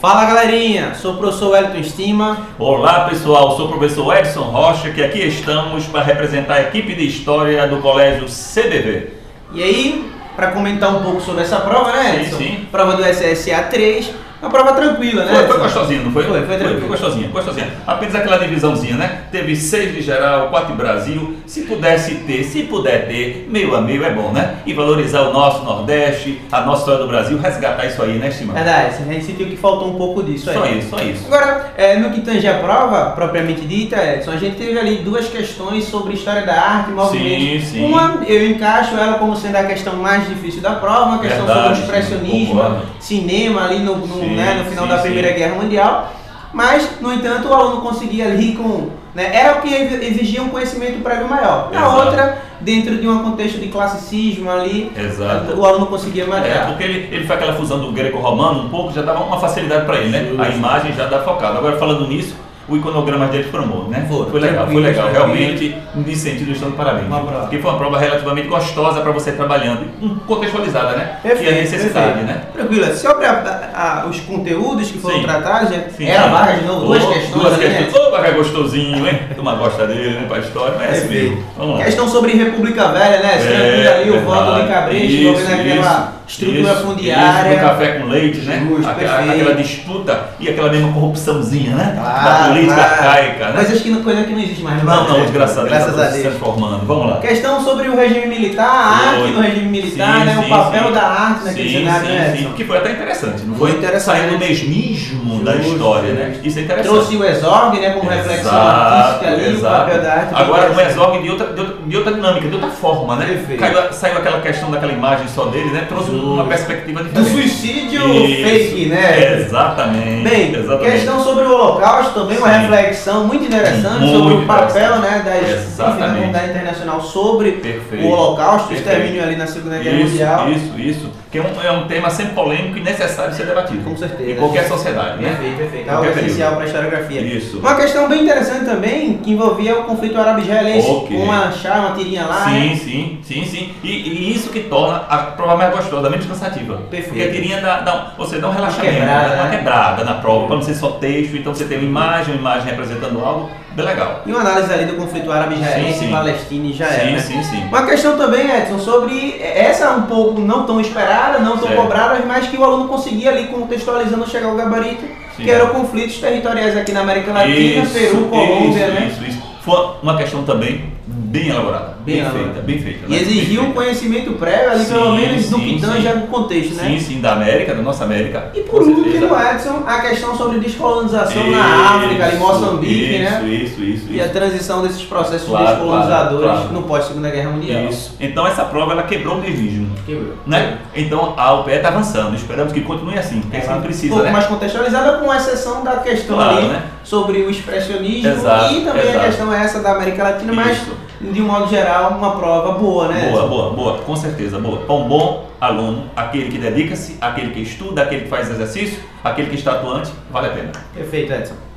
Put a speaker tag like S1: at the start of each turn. S1: Fala galerinha, sou o professor Wellington Estima.
S2: Olá pessoal, sou o professor Edson Rocha, que aqui estamos para representar a equipe de história do Colégio CBV.
S1: E aí, para comentar um pouco sobre essa prova, né,
S2: Sim,
S1: Edson?
S2: sim.
S1: Prova do SSA 3, uma prova tranquila, né?
S2: Foi, foi
S1: Edson?
S2: gostosinho, não foi?
S1: Foi, foi tranquilo.
S2: gostosinho, gostosinho. Apenas aquela divisãozinha, né? Teve seis de geral, quatro de Brasil. Se pudesse ter, se puder ter, meio a meio é bom, né? E valorizar o nosso Nordeste, a nossa história do Brasil, resgatar isso aí, né, Estimado?
S1: É Verdade, a gente sentiu que faltou um pouco disso aí.
S2: Só isso, só isso.
S1: Agora, é, no que tange a prova, propriamente dita, Edson, a gente teve ali duas questões sobre história da arte e movimento.
S2: Sim, sim.
S1: Uma, eu encaixo ela como sendo a questão mais difícil da prova, uma questão sobre
S2: Verdade,
S1: o expressionismo,
S2: sim, concordo.
S1: cinema ali no, no,
S2: Sim,
S1: né, no final
S2: sim,
S1: da
S2: sim.
S1: Primeira Guerra Mundial. Mas, no entanto, o aluno conseguia ali com. né, era o que exigia um conhecimento prévio maior. Na
S2: Exato.
S1: outra, dentro de um contexto de classicismo ali,
S2: Exato.
S1: o aluno conseguia
S2: É,
S1: matar.
S2: porque ele, ele faz aquela fusão do greco-romano um pouco, já dava uma facilidade para ele, né?
S1: Justo.
S2: A imagem já dá focada. Agora, falando nisso, o iconograma dele foi bom, né?
S1: Foi. Um
S2: foi legal,
S1: Tranquilo,
S2: foi legal.
S1: tranquilo.
S2: Realmente, nesse sentido, estão de parabéns.
S1: Uma prova.
S2: Porque foi uma prova relativamente gostosa para você trabalhando, um- contextualizada, né?
S1: Perfeito,
S2: que é a necessidade,
S1: perfeito.
S2: né?
S1: Tranquila, sobre a- a- a- os conteúdos que foram
S2: Sim.
S1: tratados, né?
S2: Sim.
S1: era vaga de novo, duas
S2: Ô,
S1: questões.
S2: Duas
S1: ali, né?
S2: questões. Ô, Barra gostosinho, hein? Turma gosta dele, né? Pra história, mas é assim
S1: Perfeito.
S2: mesmo. Vamos lá. É,
S1: Questão sobre República Velha, né? Tranquila ali, o
S2: verdade.
S1: voto de Cabresto,
S2: Isso,
S1: envolvendo aquela
S2: isso,
S1: estrutura
S2: isso,
S1: fundiária.
S2: Isso, do café com leite, né?
S1: Justo,
S2: aquela,
S1: perfeito.
S2: aquela disputa e aquela mesma corrupçãozinha, né?
S1: Claro,
S2: da política
S1: claro.
S2: arcaica, né?
S1: Coisas que não, coisa que não existe mais. no
S2: Não,
S1: Brasil.
S2: não, desgraçado. ele
S1: Graças
S2: tá
S1: a
S2: se
S1: Deus.
S2: transformando. Vamos lá.
S1: Questão sobre o regime militar, a arte
S2: Foi.
S1: do regime militar,
S2: Sim,
S1: né? o
S2: sim,
S1: papel
S2: sim.
S1: da arte naquele
S2: Sim,
S1: cenário, né?
S2: sim, sim.
S1: Edson?
S2: Que foi até interessante, não
S1: Foi
S2: foi?
S1: interessante.
S2: Saindo do mesmismo da
S1: Justo,
S2: história, né?
S1: justo.
S2: Isso é interessante.
S1: Trouxe o Exorg, né? Como reflexão
S2: Exato,
S1: artística ali,
S2: exato.
S1: o papel da arte.
S2: Agora o Herzog de outra, de outra- de outra dinâmica, de outra forma, né?
S1: Perfeito.
S2: Caiu- saiu aquela questão daquela imagem só dele, né? Trouxe uma
S1: Isso.
S2: perspectiva
S1: Do
S2: diferente.
S1: suicídio
S2: Isso.
S1: fake, né?
S2: Exatamente.
S1: Bem,
S2: exatamente.
S1: questão sobre o Holocausto também, uma
S2: Sim.
S1: reflexão muito interessante
S2: Muito
S1: sobre o papel
S2: interessante.
S1: né, das, enfim, da
S2: Exatamente.
S1: comunidade internacional sobre
S2: Perfeito.
S1: o Holocausto, o
S2: Perfeito.
S1: extermínio ali na Segunda Guerra
S2: isso,
S1: né, é Mundial.
S2: isso, isso. Que é um, é um tema sempre polêmico e necessário ser debatido.
S1: Com certeza.
S2: Em qualquer sociedade, né?
S1: Perfeito, perfeito.
S2: Qualquer
S1: Algo
S2: período.
S1: essencial para a historiografia.
S2: Isso.
S1: Uma questão bem interessante também, que envolvia o conflito árabe-israelense,
S2: Ok.
S1: com uma chá, uma tirinha lá,
S2: Sim,
S1: né?
S2: sim, sim, sim. E, e isso que torna a prova mais gostosa, menos cansativa.
S1: Perfeito.
S2: Porque a tirinha dá, dá um- você dá um relaxamento,
S1: quebrada,
S2: dá uma
S1: né?
S2: quebrada na prova, para não ser só texto, então você tem uma imagem, uma imagem representando algo, bem legal.
S1: e uma análise ali do conflito árabe-israelense,
S2: Sim, sim.
S1: Palestina e Israel.
S2: sim,
S1: né?
S2: sim, sim.
S1: Uma questão também, Edson, sobre essa um pouco não tão esperada, não tão
S2: Certo.
S1: cobrada, mas que o aluno conseguia ali contextualizando chegar ao gabarito,
S2: Sim.
S1: que eram conflitos territoriais aqui na América Latina, Peru, Colômbia,
S2: isso,
S1: né?
S2: Isso, isso. Foi uma questão também bem elaborada, bem,
S1: Bem
S2: feita,
S1: elaborada.
S2: bem feita.
S1: E
S2: né?
S1: exigia um
S2: Bem feita.
S1: conhecimento prévio ali,
S2: Sim,
S1: pelo menos no
S2: sim,
S1: que tange
S2: sim.
S1: ao contexto, né?
S2: Sim, sim, da América, da nossa América.
S1: E por
S2: com
S1: último,
S2: certeza.
S1: Edson, a questão sobre descolonização na África, ali,
S2: Isso,
S1: Moçambique,
S2: isso,
S1: né?
S2: Isso, isso,
S1: E a
S2: isso.
S1: transição desses processos
S2: Claro,
S1: descolonizadores
S2: claro, claro.
S1: no pós-Segunda Guerra Mundial.
S2: Isso. Então essa prova ela quebrou o mesmismo.
S1: Quebrou.
S2: né? Então a UPE está avançando, esperamos que continue assim, porque assim
S1: Ela um
S2: precisa,
S1: pouco
S2: né?
S1: mais contextualizada, com exceção da questão
S2: Claro,
S1: ali
S2: né?
S1: sobre o expressionismo
S2: Exato,
S1: e também a
S2: exato.
S1: questão essa da América Latina,
S2: Isso.
S1: mas de um modo geral, uma prova boa, né?
S2: Boa, boa, boa, com certeza, boa. Então, um bom aluno, aquele que dedica-se, aquele que estuda, aquele que faz exercício, aquele que está atuante, vale a pena.
S1: Perfeito, Edson.